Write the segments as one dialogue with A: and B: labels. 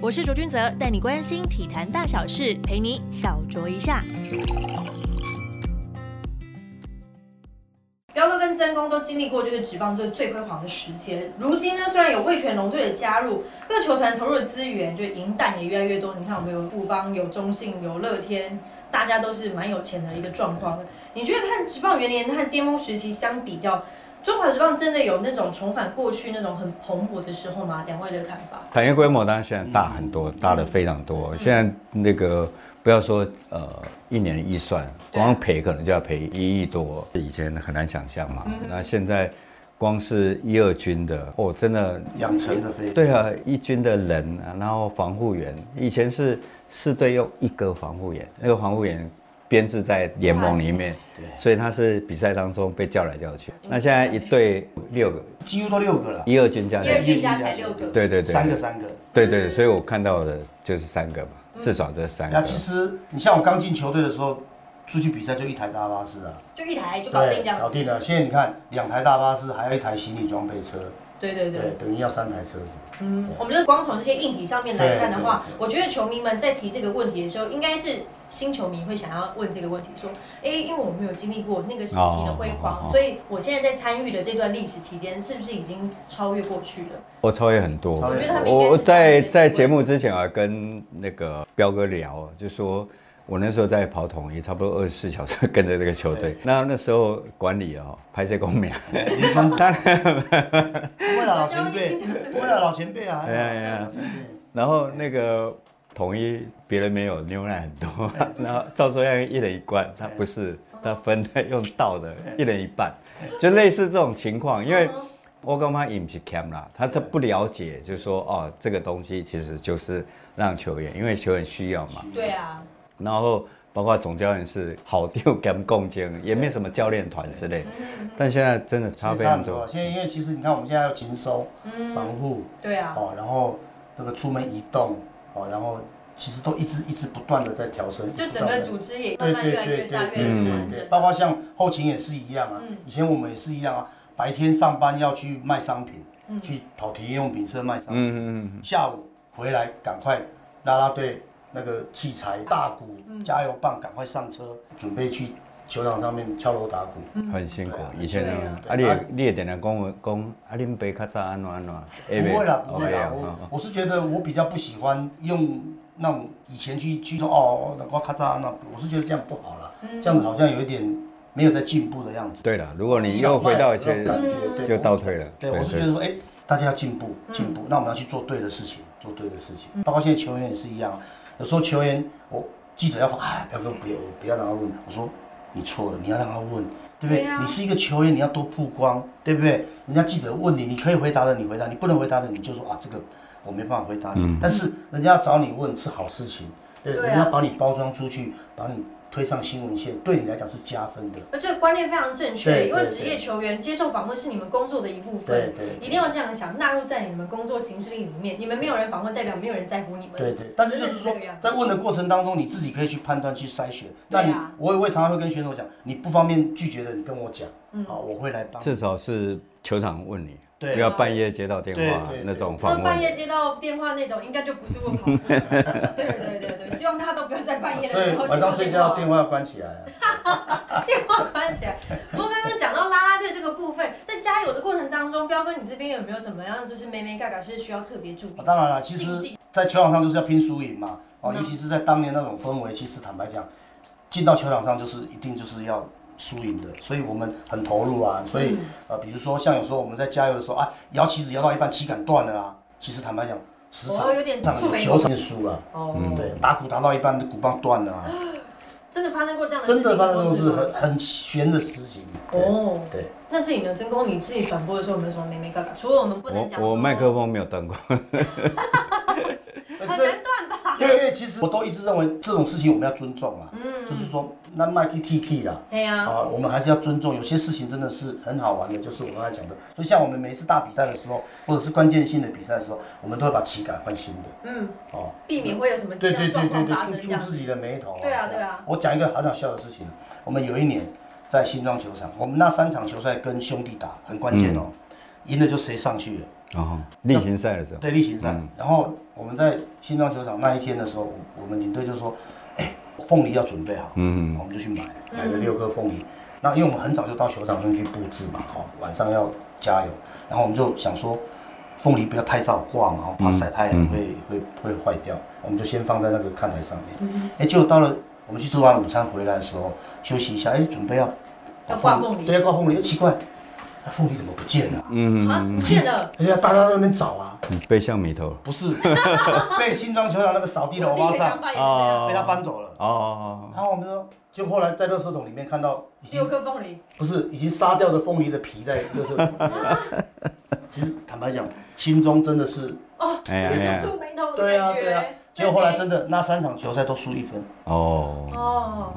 A: 我是卓君泽，带你关心体坛大小事，陪你小酌一下。
B: 彪哥跟曾公都经历过就是职棒最最辉煌的时间。如今呢，虽然有味全龙队的加入，各球团投入的资源，就银弹也越来越多。你看，我们有富邦、有中信、有乐天，大家都是蛮有钱的一个状况。你觉得看职棒元年和巅峰时期相比较，中华职棒真的有那种重返过去那种很蓬勃的时候吗？两位的看法？
C: 产业规模当然现在大很
B: 嗯
C: 多，大的非常多。现在那个不要说呃一年的预算，
B: 对
C: 光赔可能就要赔一亿多，以前很难想象嘛。
B: 嗯
C: 那现在光是一二军的哦，真的
D: 养成的飞，
C: 对啊，一军的人啊，然后防护员，以前是四队用一个防护员，那个防护员编制在联盟里面
D: 对，
C: 所以他是比赛当中被叫来叫去。
B: 嗯
C: 那现在一队六个，
D: 几乎都六个了，
C: 一二军加起
B: 一二
C: 来
B: 军，加起来六个
C: 对对对
D: 三个三个。
C: 对对，所以我看到的就是三个嘛，
B: 嗯
C: 至少这三
D: 那
C: 个。
D: 其实你像我刚进球队的时候，出去比赛就一台大巴士啊，
B: 就一台就搞定
D: 对
B: 这，样
D: 搞
B: 子。
D: 定了。现在你看，两台大巴士，还有一台行李装备车，
B: 对对对
D: 对，。等于要三台车 子。
B: 嗯，我们就是光从这些硬体上面来看的话，我觉得球迷们在提这个问题的时候，应该是新球迷会想要问这个问题，说，哎、因为我没有经历过那个时期的辉煌，
C: 哦哦哦哦
B: 所以我现在在参与的这段历史期间，是不是已经超越过去了？
C: 我超越很多。
D: 超越很多
C: 我
B: 我
C: 我在
B: 觉得他们应该是超越很多
C: 在节目之前啊，跟那个彪哥聊，就说我那时候在跑统一，差不多二十四小时跟着这个球队。那那时候管理哦，拍摄公名，当然，
D: 不会啦，老前辈，不会啦，老前辈啊。
C: 哎呀哎呀然后那个统一别人没有牛奶很多， 然后照说要一人一罐，他不是，他分的用倒的，一人一半，就类似这种情况，因为。
B: 嗯
C: 我刚刚也不是 cam 啦，他他不了解，就是说哦，这个东西其实就是让球员，因为球员需要嘛。
B: 对啊，
C: 然后包括总教练是好丢 cam 共建，也没什么教练团之类。但现在真的差
D: 差
C: 非
D: 非
C: 常
D: 常
C: 多
D: 多。。啊现在因为其实你看，我们现在要勤收、
B: 嗯
D: 防护
B: 对啊，
D: 哦，然后那个出门移动哦，然后其实都一直一直不断的在调升。
B: 就
D: 一直
B: 整
D: 不断
B: 个
D: 地
B: 组织也慢
D: 对
B: 慢
D: 对
B: 越来越
D: 对对
B: 大，越来
D: 对
C: 嗯
B: 越
D: 嗯对
B: 完
D: 对，
B: 整。
D: 包括像后勤也是一样啊
B: 嗯，
D: 以前我们也是一样啊，白天上班要去卖商品，
B: 嗯
D: 去跑体验用品车卖商
C: 嗯
D: 品，
C: 嗯嗯，
D: 下午回来赶快拉拉队那个器材、大鼓、
B: 嗯
D: 加油棒，赶快上车，准备去球场上面敲锣打鼓。
C: 很辛苦
D: 对啊。
C: 以前
B: 对啊
C: 呢，
D: 对
C: 啊你
D: 啊
C: 也你也点来讲我讲，啊恁爸较早安怎安怎样？
D: 不会啦，不
C: 哦
D: 会啦，
C: 没有哦
D: 我我是觉得我比较不喜欢用那种以前去去说哦，那我咔嚓那，我是觉得这样不好啦，
B: 嗯
D: 这样子好像有一点没有在进步的样子。
C: 对了，如果你又回到以前，
D: 感觉对
C: 就倒退了。
D: 对，我是觉得说，哎，大家要进步，
B: 嗯
D: 进步，那我们要去做对的事情，做对的事情。包括现在球员也是一样，有时候球员，我记者要访，哎，彪哥不要不要让他问，我说你错了，你要让他问，对不对
B: 对啊？
D: 你是一个球员，你要多曝光，对不对？人家记者问你，你可以回答的你回答，你不能回答的你就说啊这个我没办法回答你。但是人家要找你问是好事情，对，
B: 对啊
D: 人家把你包装出去，把你推上新闻线，对你来讲是加分的。
B: 而这个观念非常正确，
D: 对
B: 因为
D: 对
B: 职业球员接受访问是你们工作的一部分
D: 对，对
B: 一定要这样想，纳入在你们工作形式里面。你们没有人访问，代表没有人在乎你们。
D: 对对，但是
B: 真
D: 就
B: 的
D: 是
B: 是这
D: 说
B: 个样，子。
D: 在问的过程当中，你自己可以去判断、去筛选。
B: 对
D: 那
B: 啊
D: 你，我也会常常会跟选手讲，你不方便拒绝的，你跟我讲，
B: 嗯
D: 好，我会来帮。
C: 至少是球场问你，
D: 对
C: 不要半夜接到电话
D: 对对对
C: 那种
B: 那
C: 访
B: 半
C: 问。
B: 夜接到电话那种，应该就不是问考试 了。对对对对，希望大家都不要在半夜的
D: 啊所以
B: 时候接
D: 晚
B: 到
D: 上睡
B: 电
D: 觉
B: 话
D: 电。话要关起来啊。
B: 电话关起来。不过刚刚讲到啦啦队这个部分，在加油的过程当中，彪哥你这边有没有什么样就是妹妹嘎嘎是需要特别注意
D: 啊
B: 的？
D: 当然了，其
B: 竞
D: 实
B: 技，
D: 在球场上就是要拼输赢嘛，哦，
B: 嗯
D: 尤其是在当年那种氛围，其实坦白讲，进到球场上就是一定就是要输赢的，所以我们很投入啊。所
B: 嗯
D: 以、呃，比如说像有时候我们在加油的时候啊，摇旗子摇到一半，旗杆断了啊，其实坦白讲，十场
B: 哦有点
D: 场
B: 触
D: 有
B: 霉
D: 九场就输了。
B: 哦，
D: 嗯对，打鼓打到一半，鼓棒断了啊、
B: 真的发生过这样的事
D: 真
B: 情很
D: 的发生
B: 多
D: 都
B: 次
D: 是
B: 吗
D: 很很悬的事情。对
B: 哦
D: 对，
B: 那自己呢，真公你自己转播的时候有没有什么妹妹嘎嘎？除了我们不能讲
C: 我我
B: 说
C: 麦克风没有登过，
D: 很啊
B: 很难断吧？
D: 因为因为其实我都一直认为这种事情我们要尊重啊，就是说那麦 K T K 啦。
B: 对哎呀、
D: 啊，我们还是要尊重，有些事情真的是很好玩的，就是我刚才讲的。所以像我们每一次大比赛的时候，或者是关键性的比赛的时候，我们都会把旗杆换新的
B: 嗯，
D: 哦。
B: 避免会有什么这
D: 对
B: 样
D: 对
B: 的
D: 对
B: 状
D: 对
B: 况发生
D: 对，
B: 这
D: 注注
B: 样
D: 自
B: 子。
D: 己的眉头啊。
B: 对啊对啊
D: 我讲一个很好笑的事情，啊我们有一年在新庄球场，我们那三场球赛跟兄弟打，很关键哦，赢了就谁上去了。
C: 然后例行赛的时候，
D: 对，例行赛。
C: 嗯
D: 然后我们在新庄球场那一天的时候，我我们领队就说：“哎，凤梨要准备好。”
C: 嗯
D: 我们就去买，
B: 嗯
D: 买了六颗凤梨。那因为我们很早就到球场上去布置
C: 嗯
D: 嘛，哦，晚上要加油。然后我们就想说，凤梨不要太早挂嘛，哦，怕晒太阳
C: 嗯嗯
D: 会、会会坏掉。我们就先放在那个看台上面。
C: 嗯
D: 哎、结果到了我们去吃完午餐回来的时候，休息一下，哎、准备要
B: 要挂凤梨
D: 对，要挂凤梨。哎奇怪，那凤梨怎么不见了、啊？
B: 啊，
C: 嗯
B: 不，见 了，
D: 哎呀，大家都在那边找啊，
C: 被嗯橡米头了
D: 不是 被新庄球场那个扫地的
B: 我
D: 欧
B: 第一
D: 巴
B: 个想
D: 桑
B: 法也是这样，
C: 哦
D: 被他搬走了。
C: 哦哦
D: 然后我们就说，就后来在垃圾桶里面看到已经
B: 六颗凤梨，
D: 不是已经杀掉的凤梨的皮在热色里面。 其实坦白讲，心中真的是
B: 哦，
C: 哎呀
B: 有一
C: 哎呀
B: 种皱眉头的
D: 对啊
B: 感
D: 对啊
B: 觉。。
D: 结果后来真的那三场球赛都输一分。
C: 哦哦，
B: 哦，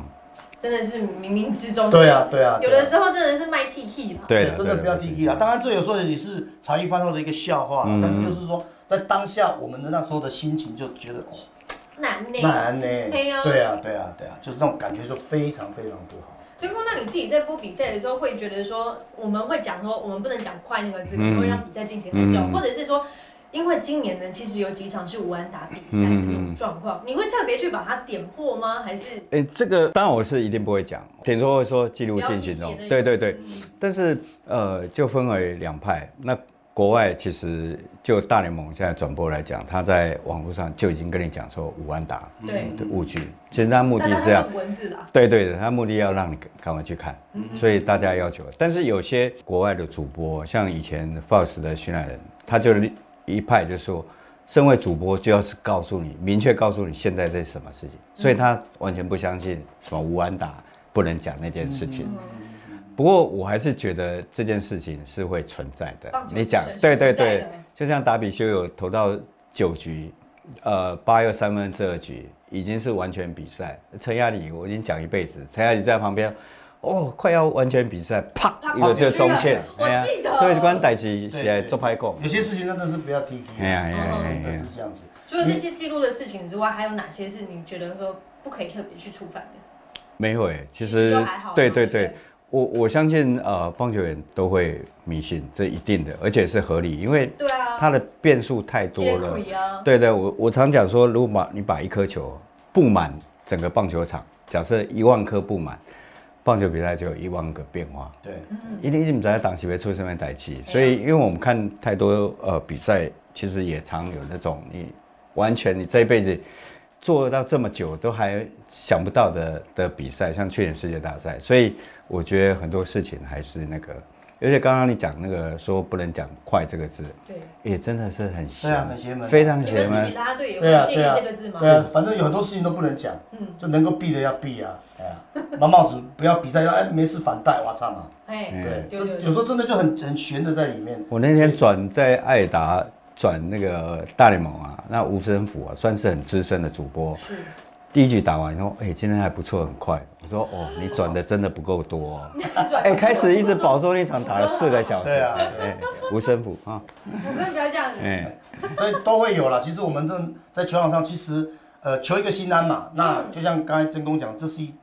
B: 真的是冥冥之中，
D: 对啊对啊。
B: 嗯有
D: 对啊
B: 的时候真的是卖 T K 嘛，
C: 对了，
D: 真的不要低估了。当
C: 然
D: 然这有时候也是茶余饭后的一个笑话啦，
C: 嗯
D: 但是就是说在当下我们的那时候的心情就觉得哦
B: 难呢。
D: 难呢。
B: 对啊
D: 对啊对啊对啊，就是那种感觉就非常非常不好。
B: 真空，那你自己在播比赛的时候，会觉得说，我们会讲说，我们不能讲快那个字，可能会让比赛进行很久，
C: 嗯
B: 或者是说，因为今年呢，其实有几场是无安打比赛的
C: 嗯
B: 那种状况，你会特别去把它点破吗？还是
C: 哎，这个当然我是一定不会讲，顶多会说记录进行中，对对对，，但是呃，就分为两派。那国外其实就大联盟现在转播来讲，他在网络上就已经跟你讲说五万打
B: 嗯对
D: 嗯
C: 的误区，其实他
B: 目
C: 目的是这样，
B: 文字啦，
C: 对对的，他目的要让你赶快去看，所以大家要求。但是有些国外的主播，像以前 Fox 的徐乃人，他就一派就说。身为主播，就要是告诉你，明确告诉你现在这是什么事情，所以他完全不相信什么无安打不能讲那件事情。不过我还是觉得这件事情是会存在的
B: 棒。球
C: 你讲
B: 是
C: 对
B: 存在
C: 对对
B: 的，
C: 就像达比修有投到九局，呃，八又三分之二局，已经是完全比赛。陈亚里我已经讲一辈子，陈亚里在旁边，哦，快要完全比赛，啪
B: 啪，
C: 一个就中
B: 去
C: 线哎
B: 了，我记得
C: 所以关代志
D: 对
C: 是来做拍供。
D: 有些事情真的是不要提及。啊哦
C: 哎呀哎呀哎呀
D: 真的是这样子。
B: 除了这些记录的事情之外，还有哪些是你觉得说不可以特别去触犯的？
C: 没有诶，其
B: 其实
C: 实
B: 就还好
C: 对
B: 对
C: 对
B: 不对
C: 对，我我相信呃，棒球员都会迷信，这一定的，而且是合理，因为
B: 对啊，
C: 他的变数太多
B: 接
C: 了
B: 苦。啊，
C: 对对，我我常讲说，如果把你把一颗球布满整个棒球场，假设一万颗布满，棒球比赛就有一万个变化。
D: 对，
B: 嗯，
C: 一定一定在当时会出什么代气，所以因为我们看太多呃比赛，其实也常有那种你完全你这一辈子做到这么久都还想不到的的比赛，像去年世界大赛，所以我觉得很多事情还是那个，而且刚刚你讲那个说不能讲快这个字，
B: 对。
C: 也真的是很邪
D: 对啊很邪门啊
C: 非常
B: 你
C: 邪
B: 们自
C: 门
B: 己。拉队也
D: 对啊
B: 会介
D: 对
B: 意
D: 啊
B: 这个字吗？
D: 对啊，反正有很多事情都不能讲，
B: 嗯，
D: 就能够避的要避啊，哎呀，拿帽子不要比赛要哎没事反戴，我操嘛，
B: 哎，
D: 对
C: 嗯，
D: 就
B: 对对对
D: 有时候真的就很很悬的在里 面。
C: 我那天转在爱达转那个大联盟啊，那吴森甫啊，算是很资深的主播。
B: 是，
C: 第一局打完以后，哎、今天还不错，很快。我说哦，你转的真的不够多、哦。哎、开始一直保送那场打了四个小时。
D: 对啊对
C: 哎，吴森甫啊，
B: 我跟你讲讲，
C: 哎，
D: 所以都会有啦。其实我们这在球场上，其实呃求一个心安嘛。那就像刚才真公讲，这是一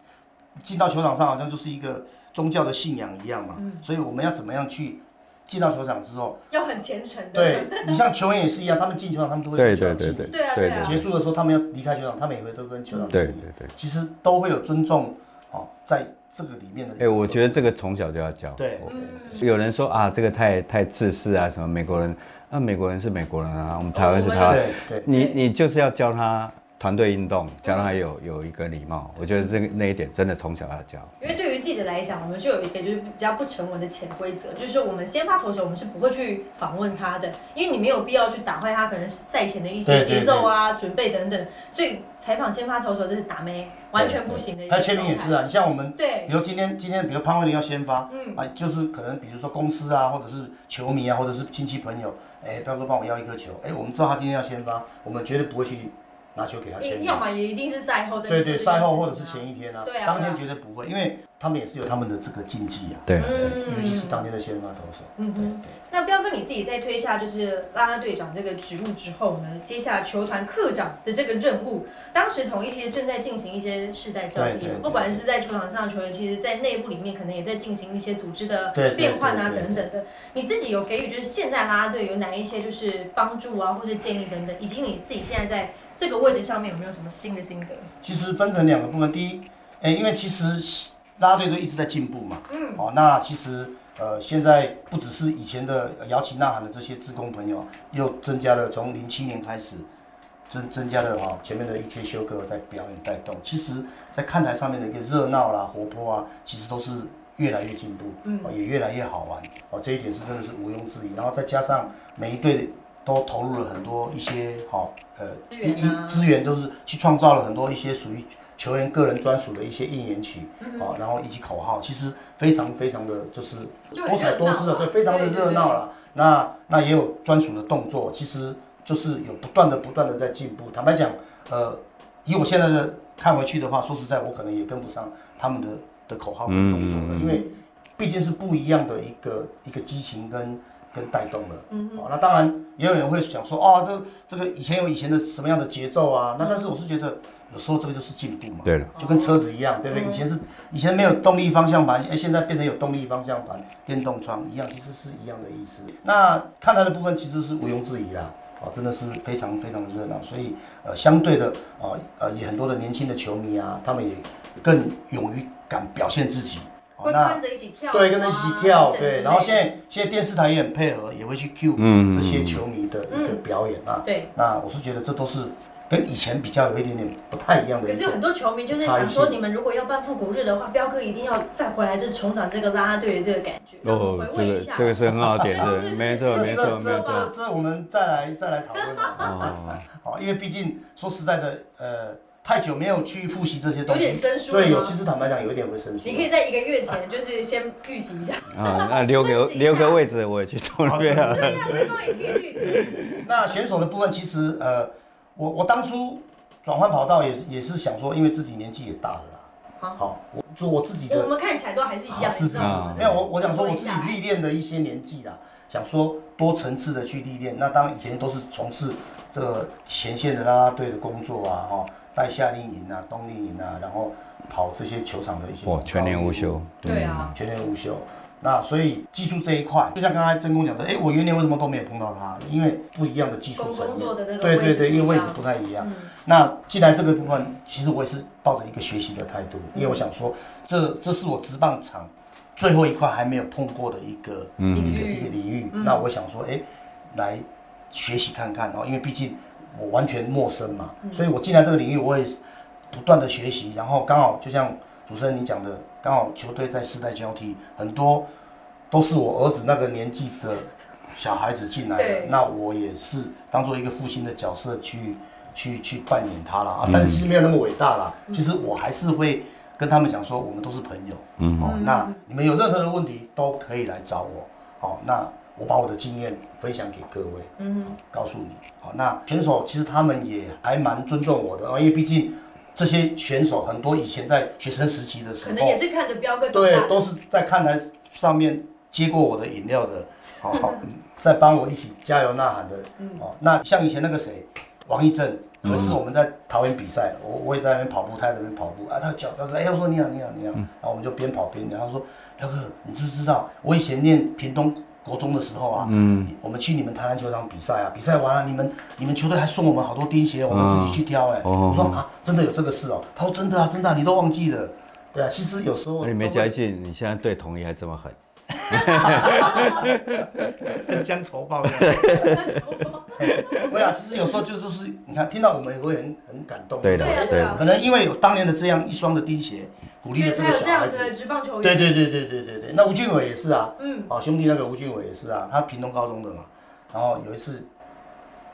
D: 进到球场上好像就是一个宗教的信仰一样嘛。所以我们要怎么样去进到球场之后，
B: 要很虔诚的，
D: 对你像球员也是一样，他们进球场他们都会
C: 对
D: 跟球
C: 对
D: 场
C: 对
D: 敬
C: 对
D: 礼
B: 对啊对啊
D: 结束的时候他们要离开球场，他们也会都跟球场敬
C: 对
D: 礼
C: 对对。
D: 其实都会有尊重哦，在这个里面的。
C: 哎、我觉得这个从小就要教。
D: 对
C: 我
B: 嗯，
C: 有人说啊，这个太太自私啊，什么美国人，那、美国人是美国人啊，我们台湾是
B: 我们
C: 台湾人。
D: 对对
C: 你
B: 对
C: 你就是要教他团队运动，教他有有一个礼貌。我觉得这个那一点真的从小要教。
B: 因为对于记者来讲，我们就有一个就是比较不成文的潜规则，就是说我们先发投手，我们是不会去访问他的，因为你没有必要去打坏他可能赛前的一些
D: 对对
B: 节奏啊、准备等等，所以采访先发投手这是打没完全不行的一
D: 还
B: 个
D: 有签名也是
B: 啊，
D: 啊，你像我们，
B: 对
D: 比如今天今天，比如潘慧玲要先发，
B: 嗯
D: 啊，就是可能比如说公司啊，或者是球迷啊，或者是亲戚朋友，哎，彪哥帮我要一颗球，哎，我们知道他今天要先发，我们绝对不会去拿球给他签
B: 诶
D: 名，
B: 要么也一定是赛后再去
D: 对对，
B: 做这件
D: 赛后或者
B: 事
D: 是
B: 情啊
D: 前一天啊
B: 对啊，
D: 当
B: 对
D: 天
B: 啊
D: 绝对不会，因为他们也是有他们的这个禁忌啊，
C: 对啊，
D: 对尤其是
B: 嗯，
D: 当天的先发投手，
B: 嗯
D: 对
B: 哼
D: 对。
B: 那彪哥你自己在推下就是啦啦队长这个职务之后呢，接下球团课长的这个任务，当时统一其实正在进行一些世代交
D: 对
B: 替
D: 对，对
B: 不管是在球场上的球员，其实在内部里面可能也在进行一些组织的
D: 对对
B: 变换啊
D: 对对
B: 等等的。你自己有给予就是现在啦啦队有哪一些就是帮助啊，或是建议等等，以及你自己现在在这个位置上面有没有什么新的心得？
D: 其实分成两个部分，第一，哎、因为其实拉队都一直在进步嘛，
B: 嗯，
D: 哦，那其实呃，现在不只是以前的呃摇旗呐喊的这些志工朋友，又增加了从零七年开始增增加了哈、前面的一些修哥在表演带动，其实在看台上面的一个热闹啦、活泼啊，其实都是越来越进步，
B: 嗯
D: 哦，也越来越好玩，哦，这一点是真的是毋庸置疑。然后再加上每一队都投入了很多一些好、呃
B: 资
D: 一
B: 源
D: 一
B: 啊
D: 资源，就是去创造了很多一些属于球员个人专属的一些应援曲，
B: 嗯
D: 哦，然后以及口号，其实非常非常的就是
B: 就很
D: 多彩多姿
B: 热闹
D: 的，
B: 啊
D: 对，非常的
B: 对对
D: 热闹了。那那也有专属的动作，其实就是有不断的不断的在进步。坦白讲，呃，以我现在的看回去的话，说实在，我可能也跟不上他们的的口号跟动作了，
C: 嗯嗯嗯
D: 因为毕竟是不一样的一个一个激情跟跟带动了。
B: 嗯
D: 哦，那当然也有人会想说，哦，这这个以前有以前的什么样的节奏啊？
B: 嗯
D: 那但是我是觉得有时候这个就是进步嘛。
C: 对了，
D: 就跟车子一样，对不
B: 嗯
D: 对？以前是以前没有动力方向盘，哎，现在变成有动力方向盘、电动窗一样，其实是一样的意思。那看台的部分其实是毋庸置疑啦，哦，真的是非常非常的热闹，所以呃，相对的，呃呃，也很多的年轻的球迷啊，他们也更勇于敢表现自己。哦
B: 会跟着一起跳舞啊，
D: 对，跟着一起
B: 等
D: 跳，
B: 等之类的
D: 对。然后现在现在电视台也很配合，也会去 cue
C: 嗯
D: 这些球迷的一个
B: 嗯
D: 表演啊。
B: 对。
D: 那我是觉得这都是跟以前比较有一点点不太一样的
B: 可
D: 一
B: 是
D: 个
B: 很多球迷就是想说，你们如果要办复古日的话，彪哥一定要再回来，就是重掌这个啦啦队的这个感觉，让我
C: 哦
B: 们，回
C: 这
B: 味一
C: 个
B: 下。
C: 这个是很好的 点
B: 这
C: 子
B: 是，
C: 没错
D: 这
C: 没错
D: 这
C: 没
D: 这这
C: 错。
D: 这我们再来再来讨论吧。
C: 哦，
D: 好，因为毕竟说实在的，呃，太久没有去复习这些东
B: 有点
D: 西，
B: 生疏了吗
D: 对，有其实坦白讲有一点会生疏。
B: 你可以在一个月前就是先预习一下，
C: 啊，那 留个留个位置，我也去中
B: 哦
C: 队啊。
B: 对呀，最后也可以 去。
D: 那选手的部分，其实呃，我我当初转换跑道也是也是想说，因为自己年纪也大了啦
B: 好，
D: 好，我做我自己
B: 我
D: 的
B: 们看起来都还是一
D: 啊
B: 样，
D: 是
B: 你
D: 是
B: 知
D: 是
B: 道吗，
D: 没有我我想说我自己历练的一些年纪啦，想说多层次的去历练。那当然以前都是从事这个前线的啦啦队的工作啊，哈、哦，带夏令营啊、冬令营啊，然后跑这些球场的一些 嗯
C: 哇，全年无休。
B: 对啊，
D: 全年无休。那所以技术这一块，就像刚才真空讲的，哎，我元年为什么都没有碰到他？因为不一样的技术
B: 工
D: 层
B: 工
D: 面
B: 作的那个
D: 对
B: 位
D: 对
B: 置
D: 对，
B: 不
D: 因为
B: 一
D: 位置
B: 样
D: 不太一样。
B: 嗯
D: 那既然这个部分，其实我也是抱着一个学习的态度，因为我想说，这这是我职棒场最后一块还没有碰过的一个、
B: 领
C: 嗯
D: 一个一个
B: 域，
D: 领域。那我想说，哎、来学习看看哦，因为毕竟我完全陌生嘛，所以我进来这个领域，我也不断的学习，然后刚好就像主持人你讲的，刚好球队在世代交替，很多都是我儿子那个年纪的小孩子进来的
B: 对，
D: 那我也是当做一个父亲的角色去去去扮演他了啊，但是没有那么伟大啦，其实我还是会跟他们讲说，我们都是朋友，
C: 嗯
D: 哦，那你们有任何的问题都可以来找我，好、那我把我的经验分享给各位，
B: 嗯，
D: 告诉你，好、那选手其实他们也还蛮尊重我的，哦因为毕竟这些选手很多以前在学生时期的时
B: 可
D: 候，
B: 能也是看着彪哥长大
D: 对，
B: 的，
D: 都是在看台上面接过我的饮料的，哦好、 在帮我一起加油呐喊的，哦，那像以前那个谁，王一正，有一次我们在桃园比赛，我我也在那边跑步，他也在那边跑步，啊，他叫彪哥，哎，我说你好你好你好，
C: 嗯
D: 然后我们就边跑边聊，他说彪哥，你知不知道我以前念屏东国中的时候啊，
C: 嗯，
D: 我们去你们台南球场比赛啊，比赛完了，你们你们球队还送我们好多钉鞋，我们自己去挑哎、
C: 嗯哦
D: 我说啊，真的有这个事哦。他说真的啊，真的啊、你都忘记了。对啊，其实有时候
C: 那你没加一
D: 讲，
C: 句，你现在对统一还这么狠，
D: 恩将仇报这样。 对啊，其实有时候就就是你看，听到我们也会很很感动。
C: 对
B: 的
C: 的
B: 对啊对
C: 对
B: 啊
C: 的，
D: 可能因为有当年的这样一双的钉鞋，鼓
B: 所
D: 励
B: 以
D: 了这
B: 才
D: 个
B: 有这
D: 小孩
B: 样
D: 子
B: 子。的职棒球员，
D: 对对对对对对对，那吴俊伟也是啊，
B: 嗯，
D: 哦，兄弟那个吴俊伟也是啊，他屏东高中的嘛，然后有一次，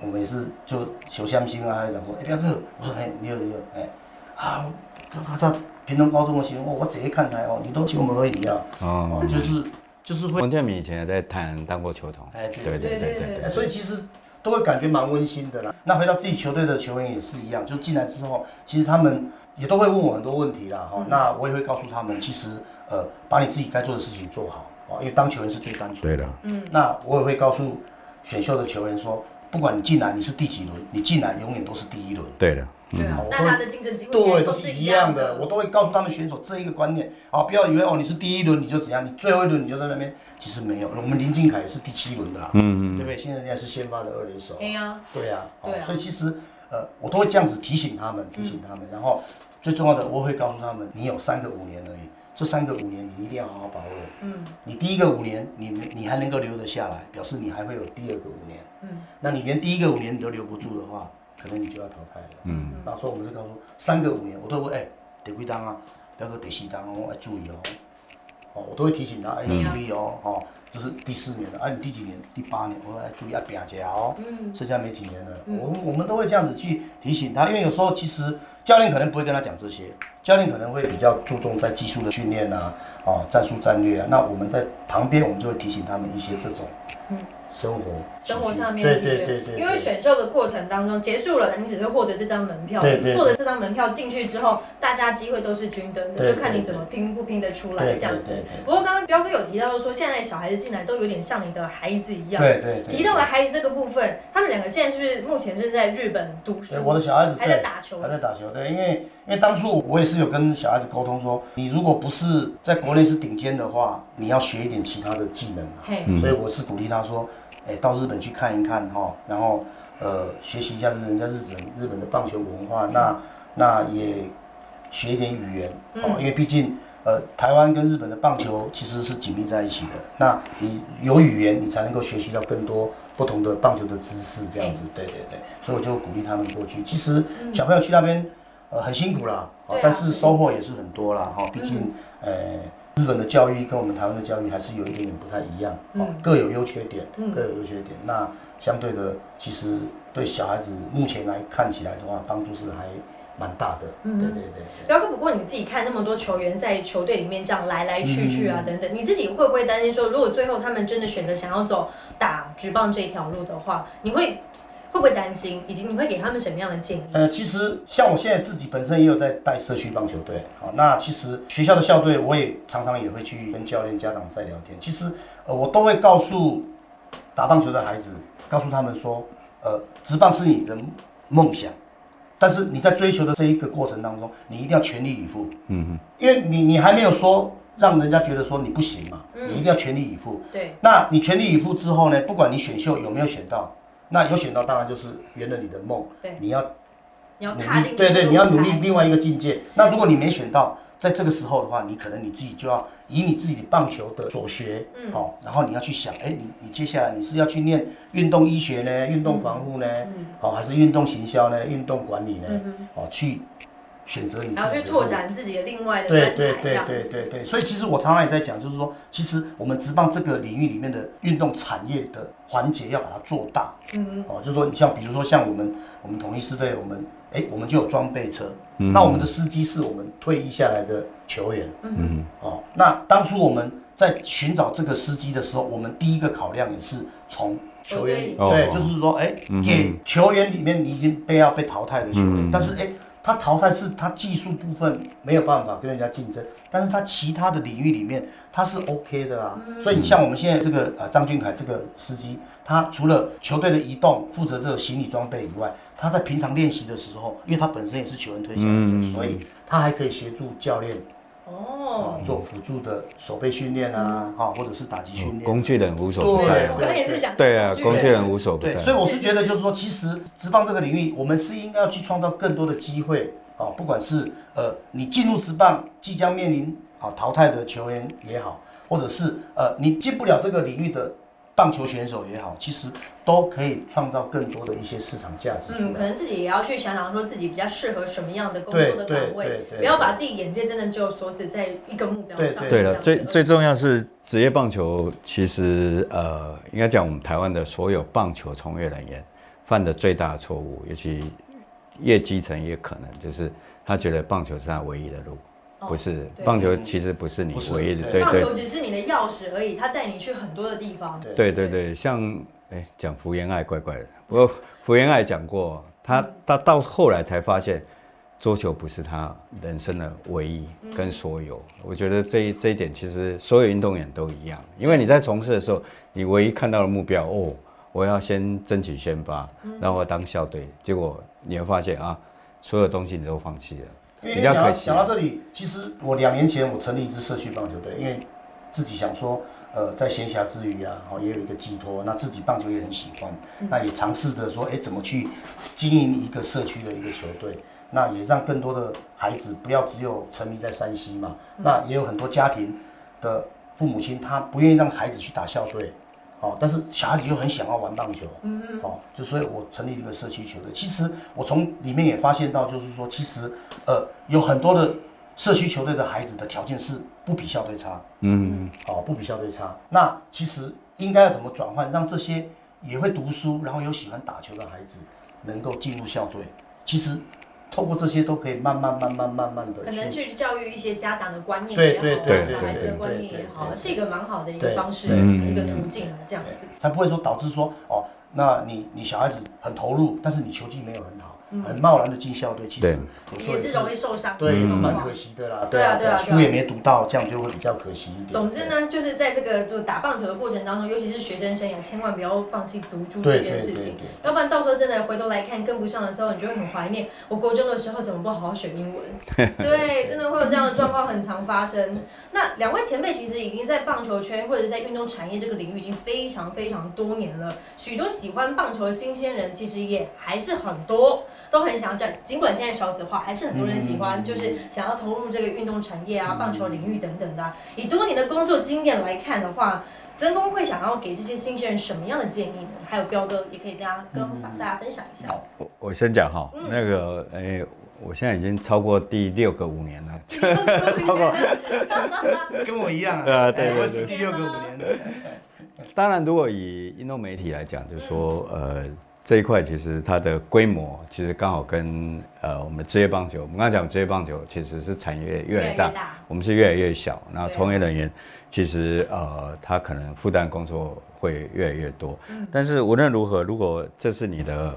D: 我们也是就求相亲啊，他就讲说，哎、彪哥，我说哎、你有你有，哎、啊，他他屏东高中的时候，我我直接看台哦，你都请我们喝饮料，哦，
C: 哦，
D: 就是就是会，
C: 洪建民以前也在台南当过球童
D: 哎，
C: 对
D: 对
C: 对对
B: 对
C: 对
D: 哎所以其实都会感觉蛮温馨的啦。那回到自己球队的球员也是一样，就进来之后，其实他们也都会问我很多问题啦，哈、那我也会告诉他们，其实呃，把你自己该做的事情做好哦，因为当球员是最单纯。
C: 对的。
B: 嗯，
D: 那我也会告诉选秀的球员说，不管你进来你是第几轮，你进来永远都是第一轮。
C: 对的，
B: 对啊
D: 嗯，
B: 那他的竞争机会其
D: 对，
B: 实
D: 都
B: 是
D: 是
B: 一
D: 一
B: 样
D: 样的，我
B: 我
D: 都会告诉他们选手这一个观念啊，不要以为哦你是第一轮你就怎样，你最后一轮你就在那边，其实没有，我们林敬凯也是第七轮的、啊，
C: 嗯
D: 对不对？现在人家是先发的二垒手啊，
B: 哎呀，
D: 对呀、啊，哦
B: 对啊
D: 所以其实呃我都会这样子提醒他们，提醒他们，然后最重要的我会告诉他们，你有三个五年而已，这三个五年你一定要好好把握。
B: 嗯
D: 你第一个五年，你你还能够留得下来，表示你还会有第二个五年。
B: 嗯，
D: 那你连第一个五年你都留不住的话，可能你就要淘汰了。
C: 嗯，
D: 然后说我们就告诉三个五年，我都会哎、得几档啊，表哥得四档哦，要注意哦。哦，我都会提醒他，哎、
B: 嗯
D: 注意哦，哦，就是第四年了，哎、你第几年？第八年，我说哎，注意要拼一下哦。
B: 嗯
D: 剩下没几年了，
B: 嗯
D: 我们我们都会这样子去提醒他，因为有时候其实教练可能不会跟他讲这些，教练可能会比较注重在技术的训练啊，哦，战术战略啊。那我们在旁边，我们就会提醒他们一些这种
B: 嗯
D: 生活
B: 生活上面
D: 对
B: 是
D: 对
B: 这
D: 对
B: 样
D: 对，
B: 因为
D: 对
B: 选秀的过程当中结束了，你只是获得这张门票，
D: 对对对
B: 获得这张门票进去之后，大家机会都是均等的，
D: 对
B: 就看你怎么拼不拼得出来
D: 对对
B: 这样子
D: 对对。
B: 不过刚刚彪哥有提到说，现在小孩子进来都有点像你的孩子一样。
D: 对对对
B: 提到了孩子这个部分，他们两个现在是不是目前是在日本读书
D: 对，？我的小孩子
B: 还在
D: 对
B: 打球
D: 还在打球。对，因为因为当初我也是有跟小孩子沟通说，你如果不是在国内是顶尖的话，你要学一点其他的技能啊。
B: 嘿，
C: 嗯
D: 所以我是鼓励他说，哎、到日本去看一看哈，然后呃，学习一下人家日本日本的棒球文化，那那也学一点语言
B: 嗯
D: 哦，因为毕竟。呃，台湾跟日本的棒球其实是紧密在一起的。那你有语言，你才能够学习到更多不同的棒球的知识，这样子。
B: 嗯
D: 对对对，所以我就鼓励他们过去。其实小朋友去那边，呃，很辛苦啦，哦
B: 对啊嗯
D: 但是收获也是很多啦，哈、哦毕竟，呃，日本的教育跟我们台湾的教育还是有一点点不太一样，哦，
B: 嗯
D: 各有优缺点，
B: 嗯
D: 各有优缺点。那相对的，其实对小孩子目前来看起来的话，帮助是还蛮大的。
B: 嗯
D: 对对对对。
B: 彪哥，不过你自己看那么多球员在球队里面这样来来去去
D: 嗯
B: 啊，等等，你自己会不会担心说，如果最后他们真的选择想要走打职棒这条路的话，你会会不会担心，以及你会给他们什么样的建议？
D: 呃，其实像我现在自己本身也有在带社区棒球队，好，那其实学校的校队我也常常也会去跟教练、家长在聊天。其实呃，我都会告诉打棒球的孩子，告诉他们说，呃，职棒是你的梦想，但是你在追求的这一个过程当中，你一定要全力以赴，
C: 嗯
D: 因为你你还没有说让人家觉得说你不行嘛，你一定要全力以赴。
B: 对，
D: 那你全力以赴之后呢？不管你选秀有没有选到，那有选到当然就是圆了你的梦
B: 对，
D: 你要
B: 你要
D: 努
B: 踏
D: 力，
B: 进
D: 对对，你要努力
B: 这个舞台
D: 另外一个境界。那如果你没选到，在这个时候的话，你可能你自己就要以你自己的棒球的所学，
B: 嗯
D: 哦，然后你要去想，哎，你你接下来你是要去念运动医学呢，运动防护呢，
B: 嗯
D: 哦，还是运动行销呢，运动管理呢，
B: 嗯哼
D: 哦，去选择你自己
B: 然后去
D: 的
B: 拓
D: 路
B: 展自己的另外的
D: 对
B: 专
D: 对
B: 才，这
D: 对
B: 样
D: 对
B: 子。
D: 对对，所以其实我常常也在讲，就是说，其实我们职棒这个领域里面的运动产业的环节要把它做大
B: 嗯
D: 哦，就是说，你像比如说像我们我们统一狮队，我们哎我们就有装备车，
C: 嗯
D: 那我们的司机是我们退役下来的球员
B: 嗯
D: 哦，那当初我们在寻找这个司机的时候，我们第一个考量也是从球员里，
C: 哦
D: 对，就是说，哎、
C: 嗯
D: 给球员里面你已经被要被淘汰的球员，
C: 嗯
D: 但是哎、他淘汰是他技术部分没有办法跟人家竞争，但是他其他的领域里面他是 OK 的啊。所以你像我们现在这个呃张俊凯这个司机，他除了球队的移动负责这个行李装备以外，他在平常练习的时候，因为他本身也是球员推销的，
C: 嗯
D: 所以他还可以协助教练啊
B: 哦，嗯
D: 做辅助的手背训练啊，哈、或者是打击训
C: 哼，
D: 练啊、
C: 工具人无所不
D: 对
C: 在
B: 对，我
D: 啊
C: 啊。
B: 刚才也是想，
C: 对啊，工具
D: 人
C: 人无所不
D: 对
C: 在，。
D: 所以我是觉得就是说，其实职棒这个领域，我们是应该要去创造更多的机会哦，不管是呃你进入职棒即将面临啊、淘汰的球员也好，或者是呃你进不了这个领域的棒球选手也好，其实都可以创造更多的一些市场价值出
B: 嗯，可
D: 来。
B: 能自己也要去想想说自己比较适合什么样的工
D: 对
B: 作的
D: 对
B: 岗
D: 对
B: 位，
D: 对
B: 不要
D: 对
B: 把自己眼界真的就锁死在一个目标
D: 对
B: 上面。这
C: 对
D: 对
C: 了，
B: 样
C: 最
B: 子
C: 最重要是职业棒球，其实呃，应该讲我们台湾的所有棒球从业人员犯的最大的错误，尤其越基层越可能，就是他觉得棒球是他唯一的路，
B: 哦
C: 不是
B: 对
C: 棒球其实不是你
D: 不是
C: 唯一的，
D: 对
C: 对
B: 棒
C: 对
B: 球只是你的钥匙而已，它带你去很多的地方。
D: 对
C: 对对对，像哎，讲福原爱怪怪的。不过福原爱讲过，他他到后来才发现，桌球不是他人生的唯一跟所有。我觉得这一这一点其实所有运动员都一样，因为你在从事的时候，你唯一看到的目标哦，我要先争取先发，然后当校队。结果你会发现啊，所有东西你都放弃了，
D: 因
C: 比
D: 为
C: 较
D: 讲
C: 可
D: 到
C: 惜
D: 讲。到这里，其实我两年前我成立一支社区棒球队，因为自己想说，呃，在闲暇之余啊，哦，也有一个寄托，那自己棒球也很喜欢，那也尝试着说，哎，怎么去经营一个社区的一个球队。那也让更多的孩子不要只有沉迷在山西嘛，那也有很多家庭的父母亲他不愿意让孩子去打校队，哦，但是小孩子又很想要玩棒球，哦，就所以我成立一个社区球队。其实我从里面也发现到，就是说，其实呃有很多的社区球队的孩子的条件是不比校队差，
C: 嗯，
D: 哦，不比校队差。那其实应该要怎么转换，让这些也会读书，然后又喜欢打球的孩子能够进入校队？其实透过这些都可以慢慢慢慢慢慢的
B: 可能去教育一些家长的观念
D: 对
B: 也好，
D: 对对
B: 小孩子的
C: 对对
B: 观念
D: 对
B: 也好，
D: 对
B: 是一个蛮好的一个
D: 对
B: 方式，
C: 对
B: 一个途径啊这样子。
D: 才不会说导致说哦，那你你小孩子很投入，但是你球技没有很好，很贸然的进校队，其实
C: 对
D: 有时候
B: 嗯也是容易受伤，
D: 对，也是
B: 嗯
D: 蛮可惜的啦。
B: 对啊对啊对啊
D: 书也没读到，这样就会比较可惜一点。
B: 总之呢，就是在这个就打棒球的过程当中，尤其是学生生涯，千万不要放弃读书这
D: 对，对
B: 件
D: 对
B: 事
D: 对
B: 情
D: 对。
B: 要不然到时候真的回头来看跟不上的时候，你就会很怀念我国中的时候怎么不好好学英文。对，真的会有这样的状况很常发生
D: 对。
B: 那两位前辈其实已经在棒球圈或者在运动产业这个领域已经非常非常多年了，许多喜欢棒球的新鲜人其实也还是很多。都很想讲，尽管现在少子化，还是很多人喜欢，
D: 嗯
B: 就是想要投入这个运动产业啊、棒球领域等等的啊、以多年的工作经验来看的话，曾公会想要给这些新鲜人什么样的建议呢？还有彪哥也可以跟大家跟大家分享一下。
C: 嗯我我先讲哈，那个哎，我现在已经超过第六个五年了。
D: 跟我一样
C: 啊对
B: 对对
D: 我是第六个五年的。
C: 当然，如果以运动媒体来讲，就是说，呃，这一块其实它的规模其实刚好跟呃我们职业棒球，我们刚才讲职业棒球其实是产业越来越大，
B: 越来越 大
C: 我们是越来越小，那
B: 对
C: 从业人员其实呃他可能负担工作会越来越多，但是无论如何，如果这是你的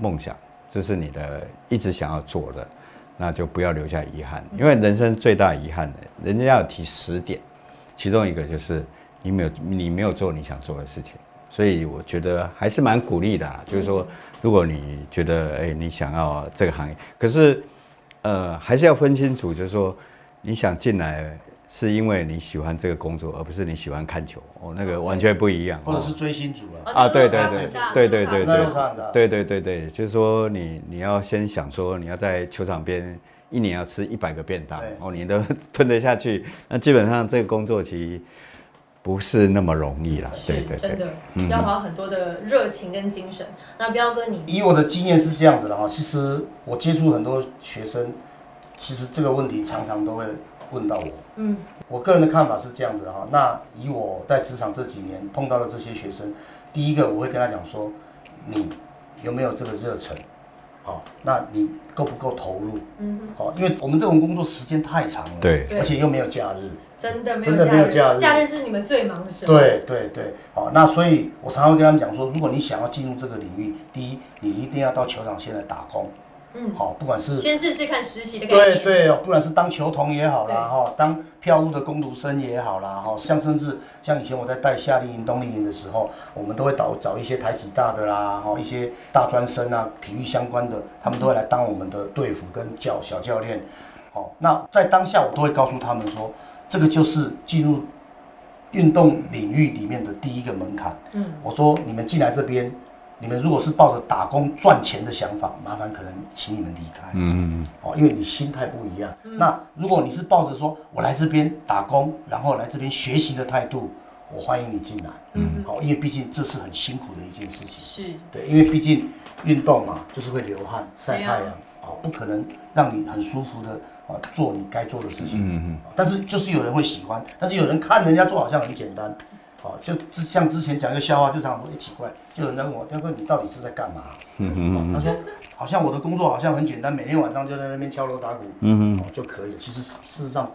C: 梦想，这是你的一直想要做的，那就不要留下遗憾，因为人生最大的遗憾，人家要提十点。其中一个就是你没有你没有做你想做的事情，所以我觉得还是蛮鼓励的、啊。就是说，如果你觉得哎、你想要这个行业，可是呃还是要分清楚，就是说你想进来是因为你喜欢这个工作，而不是你喜欢看球哦，那个完全不一样。
D: 或者
C: 哦
D: 是追星族了。
C: 啊，对对对对对对
D: 那
C: 对
D: 就看的
C: 对对对对，就是说你你要先想说你要在球场边一年要吃一百个便当
D: 对
C: 哦，你都吞得下去，那基本上这个工作其实不是那么容易啦。对
B: 是
C: 对
B: 真
C: 对，
B: 的，
D: 嗯
B: 要花很多的热情跟精神。那彪哥你，
D: 以我的经验是这样子的哈，其实我接触很多学生，其实这个问题常常都会问到我。
B: 嗯，
D: 我个人的看法是这样子的哈。那以我在职场这几年碰到的这些学生，第一个我会跟他讲说，你有没有这个热忱？好，那你够不够投入？
B: 嗯，
D: 好，哦因为我们这种工作时间太长了，
C: 对
D: 而且又没有假日，
B: 嗯真的没有
D: 真的没有
B: 假
D: 假
B: 日，
D: 日
B: 假日是你们最忙的时候。，
D: 对对对，好，那所以我常常会跟他们讲说，如果你想要进入这个领域，第一，你一定要到球场先来打工，
B: 嗯，
D: 好，不管是
B: 先试试看实习的概
D: 对
B: 念。
D: 对哦，不管是当球童也好啦，
B: 对
D: 哈、当票务的工读生也好啦，哈、像甚至像以前我在带夏令营、冬令营的时候，我们都会找找一些台体大的啦，哈、一些大专生啊，体育相关的，他们都会来当我们的队服跟教小教练。好、那在当下我都会告诉他们说，这个就是进入运动领域里面的第一个门槛。
B: 嗯，
D: 我说你们进来这边，你们如果是抱着打工赚钱的想法，麻烦可能请你们离开。
C: 嗯，
D: 哦，因为你心态不一样。
B: 嗯
D: 那如果你是抱着说我来这边打工，然后来这边学习的态度，我欢迎你进来。哦
B: 嗯，
D: 好、因为毕竟这是很辛苦的一件事情。
B: 是。
D: 对，因为毕竟运动嘛，就是会流汗、晒
B: 对
D: 太
B: 啊
D: 阳，哦，不可能让你很舒服的啊做你该做的事情。
C: 嗯嗯
D: 哦但是就是有人会喜欢，但是有人看人家做好像很简单，哦，就之像之前讲一个笑话，就常常说，哎、奇怪，就有人在问我，彪哥你到底是在干嘛？
C: 嗯嗯
D: 他说好像我的工作好像很简单，每天晚上就在那边敲锣打鼓，
C: 嗯
D: 哦就可以。其实事实上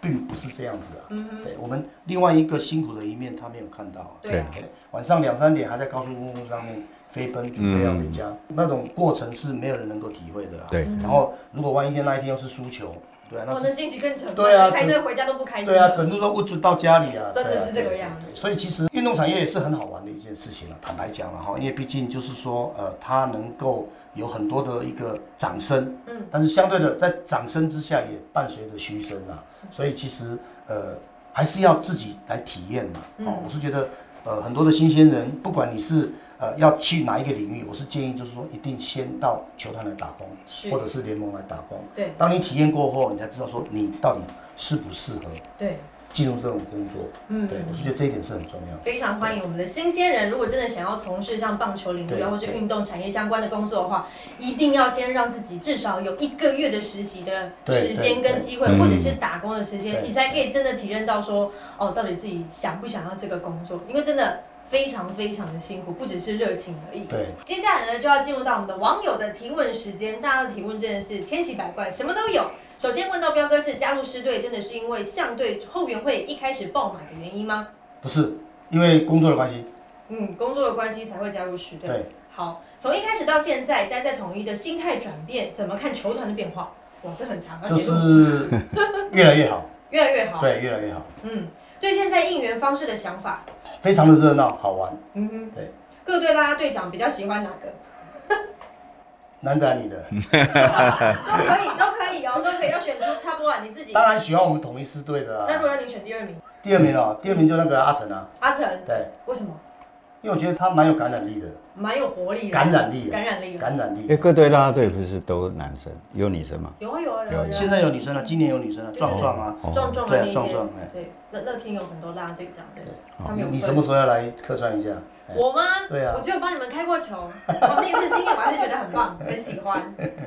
D: 并不是这样子啊。对我们另外一个辛苦的一面，他没有看到、啊。
B: 对啊，
D: 对，晚上两三点还在高速公路上面飞奔，准备要回家，那种过程是没有人能够体会的、啊。
C: 嗯对
D: 然后如果万一天那一天又是输球，对啊，
B: 我
D: 那
B: 的
D: 是
B: 心情更沉闷，
D: 对啊
B: 开车回家都不开心。
D: 对啊，整路都不准到家里啊，
B: 真的
D: 对啊
B: 是这个样
D: 对对对所以其实运动产业也是很好玩的一件事情了、啊坦白讲了哈，因为毕竟就是说，呃，它能够有很多的一个掌声，
B: 嗯，
D: 但是相对的，在掌声之下也伴随着嘘声啊，
B: 嗯
D: 所以其实呃还是要自己来体验嘛。
B: 嗯
D: 哦，我是觉得呃很多的新鲜人，不管你是呃要去哪一个领域，我是建议就是说一定先到球团来打工，
B: 是
D: 或者是联盟来打工。
B: 对
D: 当你体验过后，你才知道说你到底适不适合
B: 对，
D: 进入这种工作。
B: 嗯
D: 对我是觉得这一点是很重要的。
B: 非常欢迎我们的新鲜人，如果真的想要从事像棒球领域
D: 对
B: 啊，或是运动产业相关的工作的话，一定要先让自己至少有一个月的实习的
D: 对
B: 时间跟
D: 对
B: 机会，
C: 对
B: 或者是打工的时间，
D: 对
B: 你才可以真的体验到说，哦，到底自己想不想要这个工作？因为真的。非常非常的辛苦，不只是热情而已。
D: 对，
B: 接下来呢就要进入到我们的网友的提问时间，大家的提问真的是千奇百怪，什么都有。首先问到彪哥是加入狮队，真的是因为象队后援会一开始爆满的原因吗？
D: 不是因为工作的关系，
B: 嗯，工作的关系才会加入十队。
D: 对，
B: 好，从一开始到现在，待在统一的心态转变，怎么看球团的变化？哇，这很长，而
D: 就
B: 且都
D: 是越来越好，
B: 越来越啊 好。，
D: 对，越来越好，
B: 嗯，对现在应援方式的想法，
D: 非常的热闹好玩。
B: 嗯哼，
D: 对。
B: 各队啦啦队长比较喜欢哪个？
D: 男的还是女的？
B: 嗯都可以，都可以哦，都可以要选出差不多啊你自己。
D: 当然喜欢我们统一师队的
B: 那如果
D: 啊。
B: 要你选第二名，
D: 第二名哦，第二名就那个阿成啊，
B: 阿成，
D: 对，
B: 为什么？
D: 因为我觉得他蛮有感染力的，
B: 蛮有活力的，
D: 感染力啊
B: 感染力啊，
D: 感染力
C: 因为。各队啦啦队不是都男生，有女生吗？
B: 有啊有啊有啊
C: 有有
B: 有啊。
D: 现在有女生了，今年有女生了，壮壮啊，
C: 哦
B: 壮壮
D: 对
B: 的
D: 啊
B: 那些，
D: 壮壮哎
B: 对，乐乐天有很多啦啦队长，对
D: 对，
B: 他们
D: 你
B: 有
D: 你
B: 分
D: 什么时候要来客串一下？哎
B: 我吗？
D: 对啊
B: 我只有帮你们开过球，我那一次经验我还是觉得很 棒，很喜欢。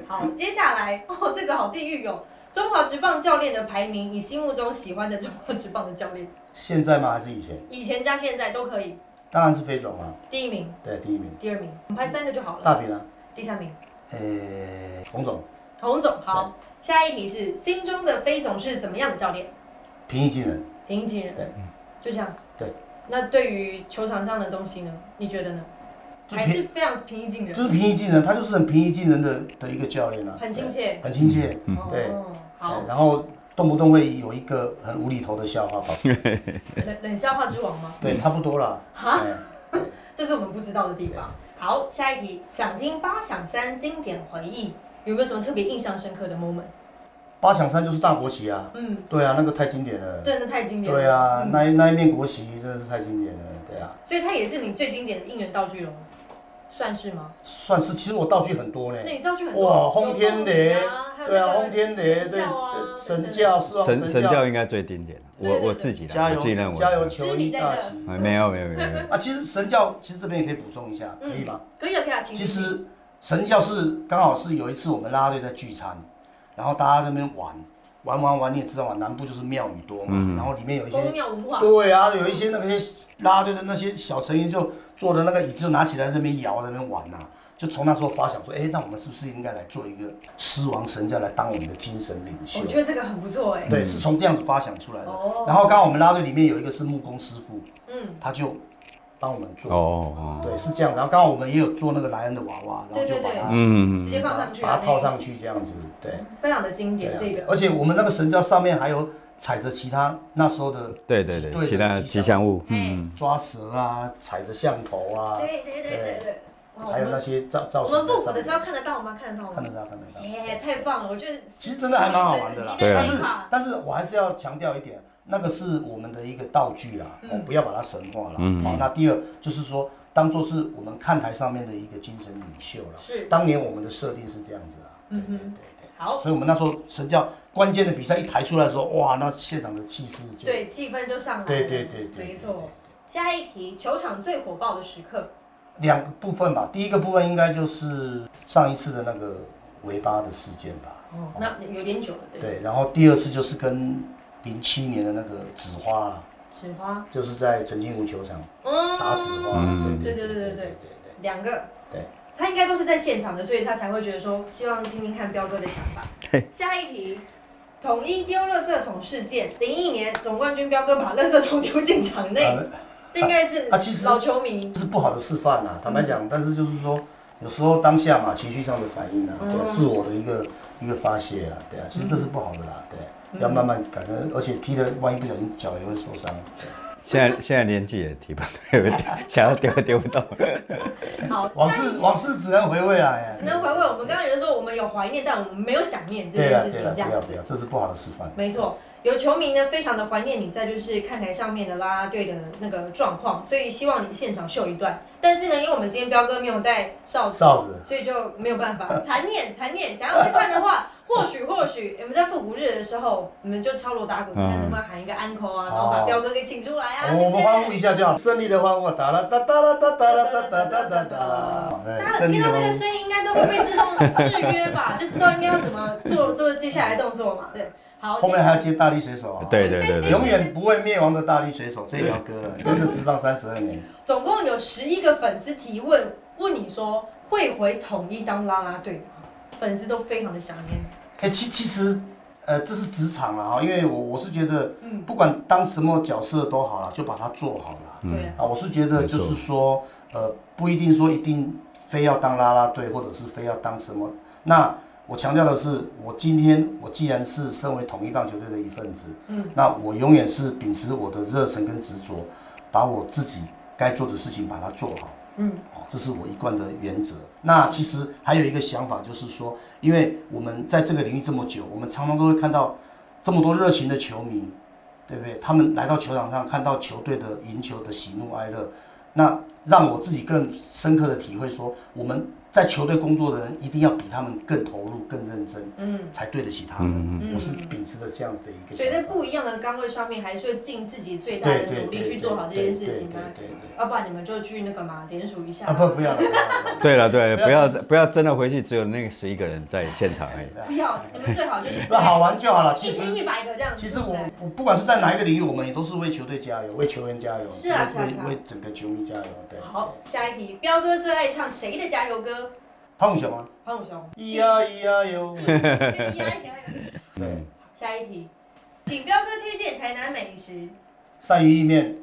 B: 好，接下来哦，这个好地狱哦。中华职棒教练的排名，你心目中喜欢的中华职棒的教练，
D: 现在吗？还是以前？
B: 以前加现在都可以。
D: 当然是飞总啊，
B: 第一名、
D: 对，第一名。
B: 第二名，我们排三个就好了。
D: 大饼啊，
B: 第三名，
D: 呃，冯总，
B: 洪总。好，下一题是心中的飞总是怎么样的教练？
D: 平易近人，
B: 平易近人。
D: 对，
B: 就这样。
D: 对。
B: 那对于球场上的东西呢？你觉得呢？
D: 就
B: 还
D: 平
B: 是非常平易近人，
D: 就是平易近人，他就是很平易近人的的一个教练啊，
B: 很亲
D: 对，
B: 切。
D: 很亲切，
C: 嗯
B: 哦
D: 对。
B: 好
D: 对，然后动不动会有一个很无厘头的笑话跑出来，
B: 冷冷笑话之王吗？
D: 对，差不多啦。
B: 嗯哈
D: 哎
B: 这是我们不知道的地方。好，下一题，想听八强三经典回忆，有没有什么特别印象深刻的 moment？
D: 八强山就是大国旗啊，
B: 嗯，
D: 对啊，那个太经典了。
B: 真的太经典了。
D: 对啊，
B: 嗯
D: 那一那一面国旗真的是太经典了。对啊，
B: 所以它也是你最经典的应援道具了吗，算是吗？
D: 算是其实我道具很多呢
B: 那。你道具很多，
D: 哇，轰天雷
B: 有凤梨，还有
D: 对啊，
B: 那个
D: 轰天雷，对
B: 神教啊
D: 对，神教是啊，
C: 神神教应该最经典了，
B: 对对对
C: 我我自己的，
D: 加
C: 我
D: 油
C: 自己认为。
D: 加油球衣大
B: 痴
D: 旗
C: 哎没有没有没有没有，
D: 啊，其实神教其实这边也可以补充一下，可以吗？
B: 可以啊，可以啊，请
D: 其实神教是刚好是有一次我们啦啦队在聚餐，然后大家在那边玩玩玩玩，你也知道嘛，南部就是庙宇多嘛，
C: 嗯
D: 然后里面有一些
B: 公庙文化，
D: 对啊，有一些那个些啦啦队的那些小成员就坐的那个椅子就拿起来这边摇在那边玩呐、就从那时候发想说，哎、那我们是不是应该来做一个狮王神教来当我们的精神领袖
B: 我？觉得这个很不错哎。
D: 对，是从这样子发想出来的。
B: 哦
D: 然后刚好我们啦啦队里面有一个是木工师傅，
B: 嗯，
D: 他就帮我们做。
C: 哦哦，
D: 对，是这样。然后刚好我们也有做那个莱恩的娃娃，然后就
B: 对对
D: 把
B: 对
D: 它
C: 嗯
B: 直，接放上去啊，
D: 把它套
B: 那
D: 上去这样子，对，
B: 个非常的经典这
D: 对啊
B: 个。
D: 而且我们那个神教上面还有踩着其他那时候的
C: 对对对，其他吉祥物，嗯，
D: 抓蛇啊，踩着象头啊，
B: 对对对对对。哇
D: 还有
B: 我
D: 那
B: 们
D: 些造造
B: 我
D: 型
B: 们
D: 在
B: 复古的
D: 上面
B: 时候看得到吗？看得到吗
D: 看？得到看得到。
B: 耶，太棒了！我觉得
D: 其实真的还蛮好玩的啦，
B: 对
C: 对啊
D: 但是但是我还是要强调一点，那个是我们的一个道具啦，
B: 嗯
D: 哦，不要把它神化啦。
C: 嗯
D: 好，那第二就是说，当做是我们看台上面的一个精神领袖啦。
B: 是
D: 当年我们的设定是这样子啦。
B: 嗯
D: 对啊对
B: 哼
D: 对对。
B: 好，
D: 所以我们那时候神教关键的比赛一抬出来的时候，哇，那现场的气势就
B: 对，气氛就上来了。
D: 对对对对，
B: 没错。。下一题，球场最火爆的时刻，
D: 两个部分吧，第一个部分应该就是上一次的那个维巴的事件吧。
B: 哦，那有点久了，对。
D: 对，然后第二次就是跟零七年的那个紫花啊，
B: 纸花，
D: 就是在陈金湖球场打紫花，
B: 嗯，
C: 嗯
D: 对
B: 对对
D: 对
B: 对对
D: 对对
B: 两个。
D: 对。
B: 他应该都是在现场的，所以他才会觉得说，希望听听看彪哥的想法。下一题，统一丢垃圾桶事件，零一年总冠军彪哥把垃圾桶丢进场内，
D: 呃
B: 这应该是
D: 啊其实
B: 老球迷。
D: 是不好的示范啊，坦白
B: 嗯
D: 讲，但是就是说，有时候当下嘛，情绪上的反应
B: 嗯
D: 啊，对，自我的一个一个发泄啊，对啊，其实这是不好的啦，
B: 嗯
D: 对，啊要慢慢改正，而且踢的万一不小心脚也会受伤，对啊
C: 现在现在年纪也提不到，想要丢也丢不动。
B: 好，
D: 往
B: 下一
D: 事往事只能回味啊，哎
B: 只能回味。我们刚刚有说我们有怀念，但我们没有想念这
D: 对
B: 件
D: 了
B: 事
D: 对
B: 情，
D: 了，
B: 这样
D: 不要不
B: 子。
D: 要，这是不好的示范，
B: 没错，有球迷呢非常的怀念你在就是看台上面的啦啦队的那个状况，所以希望你现场秀一段。但是呢，因为我们今天彪哥没有带哨子，
D: 哨子。
B: 所以就没有办法。残念残念，想要去看的 话，或许或许你们在复古日的时候，你们就敲锣打鼓，
C: 嗯
B: 看能不能喊一个安 n 啊，然后把彪哥给请出来啊。
D: 我们欢呼
B: 对
D: 一下就好，胜利的欢呼，哒啦哒哒啦哒哒啦哒哒哒哒哒，
B: 不对
D: 哎
B: 大家
D: 胜利
B: 听
D: 的
B: 到这
D: 欢
B: 个
D: 呼，
B: 声音，应该都会被自动制约吧？就知道应该要怎么做做接下来动作嘛。对，好，
D: 后面还要接大力水手啊，
C: 对对对对，
D: 永远不会灭亡的大力水手这条歌，跟着执棒三十二年。
B: 总共有十一个粉丝提问，问你说会回统一当啦啦队吗？粉丝都非常的想念。
D: 哎、其其实，呃，这是职场了哈，因为我我是觉得，
B: 嗯
D: 不管当什么角色都好了，就把它做好了。
B: 对啊，
D: 啊，我是觉得
C: 没错
D: 就是说，呃，不一定说一定非要当啦啦队，或者是非要当什么。那我强调的是，我今天我既然是身为统一棒球队的一份子，
B: 嗯，
D: 那我永远是秉持我的热忱跟执着，把我自己该做的事情把它做好。
B: 嗯，
D: 哦，这是我一贯的原则。那其实还有一个想法，就是说，因为我们在这个领域这么久，我们常常都会看到这么多热情的球迷，对不对？他们来到球场上，看到球队的赢球的喜怒哀乐，那让我自己更深刻的体会说，我们在球队工作的人一定要比他们更投入、更认真，
B: 嗯，
D: 才对得起他们。
B: 嗯
D: 我是秉持着这样的一个想法，
B: 所以在不一样的岗位上面，还是会尽自己最大的努力去做好这件事情
D: 对
B: 啊。
D: 对对对
B: 要不然你们就去那个嘛联署一下
D: 啊，不不要了，不要了不要
C: 对了
D: 了
C: 对，不要不要真的回去只有那个十一个人在现场而已。
B: 不要，你们最好就是
D: 那好玩就好了。其
B: 一
D: 实
B: 千一百个这样子。
D: 其实
B: 对不
D: 我
B: 对
D: 我不管是在哪一个领域，我们也都是为球队加油，为球员加油，
B: 是啊是啊
D: 为
B: 是啊
D: 为为整个球迷加油。对，
B: 好，
D: 对
B: 下一题，彪哥最爱唱谁的加油歌？
D: 潘武雄啊，
B: 潘武 雄。啊
D: 咿呀咿呀哟，对，
B: 下一题，请彪哥推荐台南美食。
D: 鳝鱼意面、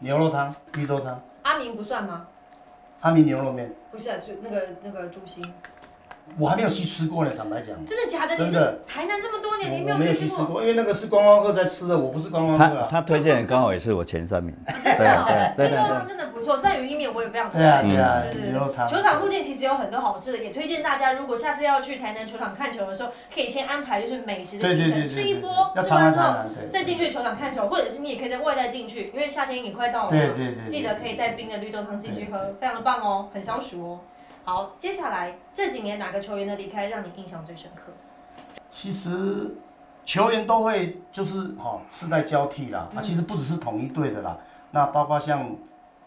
D: 牛肉汤、绿豆汤、
B: 阿明不算吗？
D: 阿明牛肉面，
B: 不是、啊，就那个那个朱星。
D: 我还没有去吃过呢，坦白讲，
B: 真的假的？你
D: 真
B: 是
D: 的
B: 台南这么多年，你没
D: 我我
B: 有
D: 没有
B: 去
D: 去
B: 吃
D: 吃
B: 过？
D: 过，因为那个是观光客在吃的，我不是观光客
C: 他
D: 啊。
C: 他推荐的刚好也是我前三名。对
B: 真的哦那
C: 对，真
B: 地
C: 的
B: 方真的不错，鳝鱼意面我也非常
D: 对啊对啊
B: 对，对
D: 牛肉
B: 对，
D: 汤。
B: 球场附近其实有很多好吃的，也推荐大家，如果下次要去台南球场看球的时候，可以先安排就是美食的
D: 对对
B: 行
D: 对对
B: 程，
D: 对，
B: 吃一波，
D: 要
B: 吃
D: 常来
B: 完之
D: 台
B: 后
D: 南，对，
B: 再进去球场看球，或者是你也可以在外带进去，因为夏天也快到了嘛，
D: 对。对对对，
B: 记得可以带冰的绿豆汤进去喝，非常的棒哦，很消暑哦。好，接下来这几年哪个球员的离开让你印象最深刻？
D: 其实球员都会就是哈、哦、世代交替啦，
B: 嗯
D: 啊，其实不只是同一队的啦，那包括像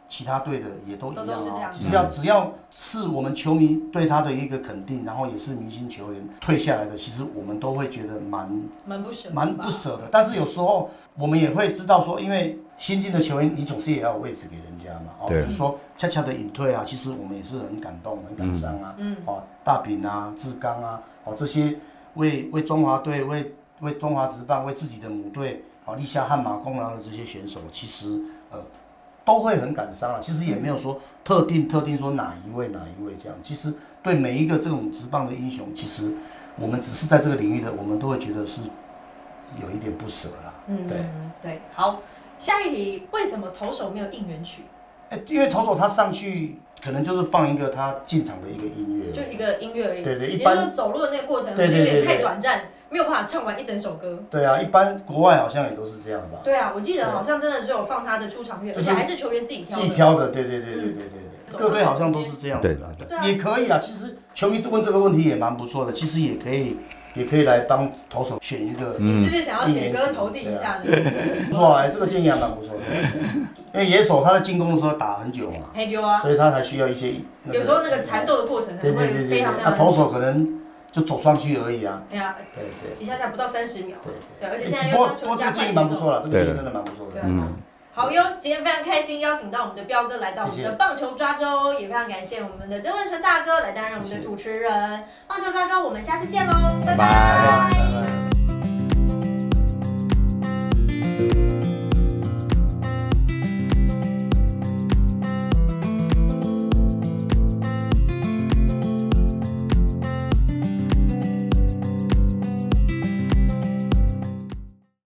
D: 其他队的也都一
B: 都
D: 样
B: 都是这
D: 啊、
B: 样
D: 只要只要是我们球迷对他的一个肯定，然后也是明星球员退下来的，其实我们都会觉得蛮
B: 蛮不舍，
D: 蛮不。舍的。但是有时候我们也会知道说，因为新进的球员，你总是也要有位置给人家嘛。哦，比
C: 对
D: 如说恰恰的隐退啊，其实我们也是很感动、很感伤啊。
B: 嗯
D: 哦，大饼啊、志刚啊，哦这些为为中华队、为为中华职棒、为自己的母队哦立下汗马功劳的这些选手，其实呃都会很感伤啊。其实也没有说特定特定说哪一位哪一位这样，其实对每一个这种职棒的英雄，其实我们只是在这个领域的，我们都会觉得是有一点不舍啦。
B: 嗯，
D: 对，
B: 对，好。下一题，为什么投手没有应援曲？
D: 哎、因为投手他上去可能就是放一个他进场的一个音乐，
B: 就一个音乐而已。
D: 对对
B: 也
D: 一
B: 就是
D: 般
B: 说走路的那个过程
D: 对对
B: 有点
D: 对对
B: 太短暂，没有办法唱完一整首歌。
D: 对啊，一般国外好像也都是这样吧，
B: 对啊，我记得
D: 对
B: 好像真的只有放他的出场乐，
D: 就
B: 而
D: 是
B: 且还是球员自己挑
D: 自己
B: 的。嗯
D: 挑的，对对对对对对对，各队好像都是这样子啦，
B: 对啊
D: 也可以啦。其实球迷问这个问题也蛮不错的，其实也可以，也可以来帮投手选一个。
B: 你是不是想要写
D: 应援
B: 歌
D: 曲
B: 投递一下呢？
D: 不错哎，这个建议还蛮不错的，因为野手他在进攻的时候打很久嘛，
B: 黑丢啊，
D: 所以他才需要一些。个
B: 有时候那个缠斗的过程可
D: 对
B: 能
D: 对
B: 会
D: 对对
B: 非
D: 对，
B: 常非
D: 那
B: 常。
D: 投手可能就走上去而已啊，
B: 对啊，
D: 对对
B: 一下下不到三十秒。
D: 对
B: 对，而且现在
D: 对。
B: 又
D: 不过
B: 要
D: 不
B: 求
D: 过这
B: 加
D: 个建
B: 快
D: 议蛮
B: 节
D: 不
B: 奏。
D: 错了，这个建议真的蛮不错
B: 对啊。
D: 的
C: 嗯
B: 好哟，今天非常开心邀请到我们的彪哥来到我们
D: 谢
B: 的
D: 谢
B: 棒球抓周，也非常感谢我们的曾文成大哥来担任我们的主持人。棒球抓周，我们下次见喽，拜
C: 拜
B: 拜
D: 嗯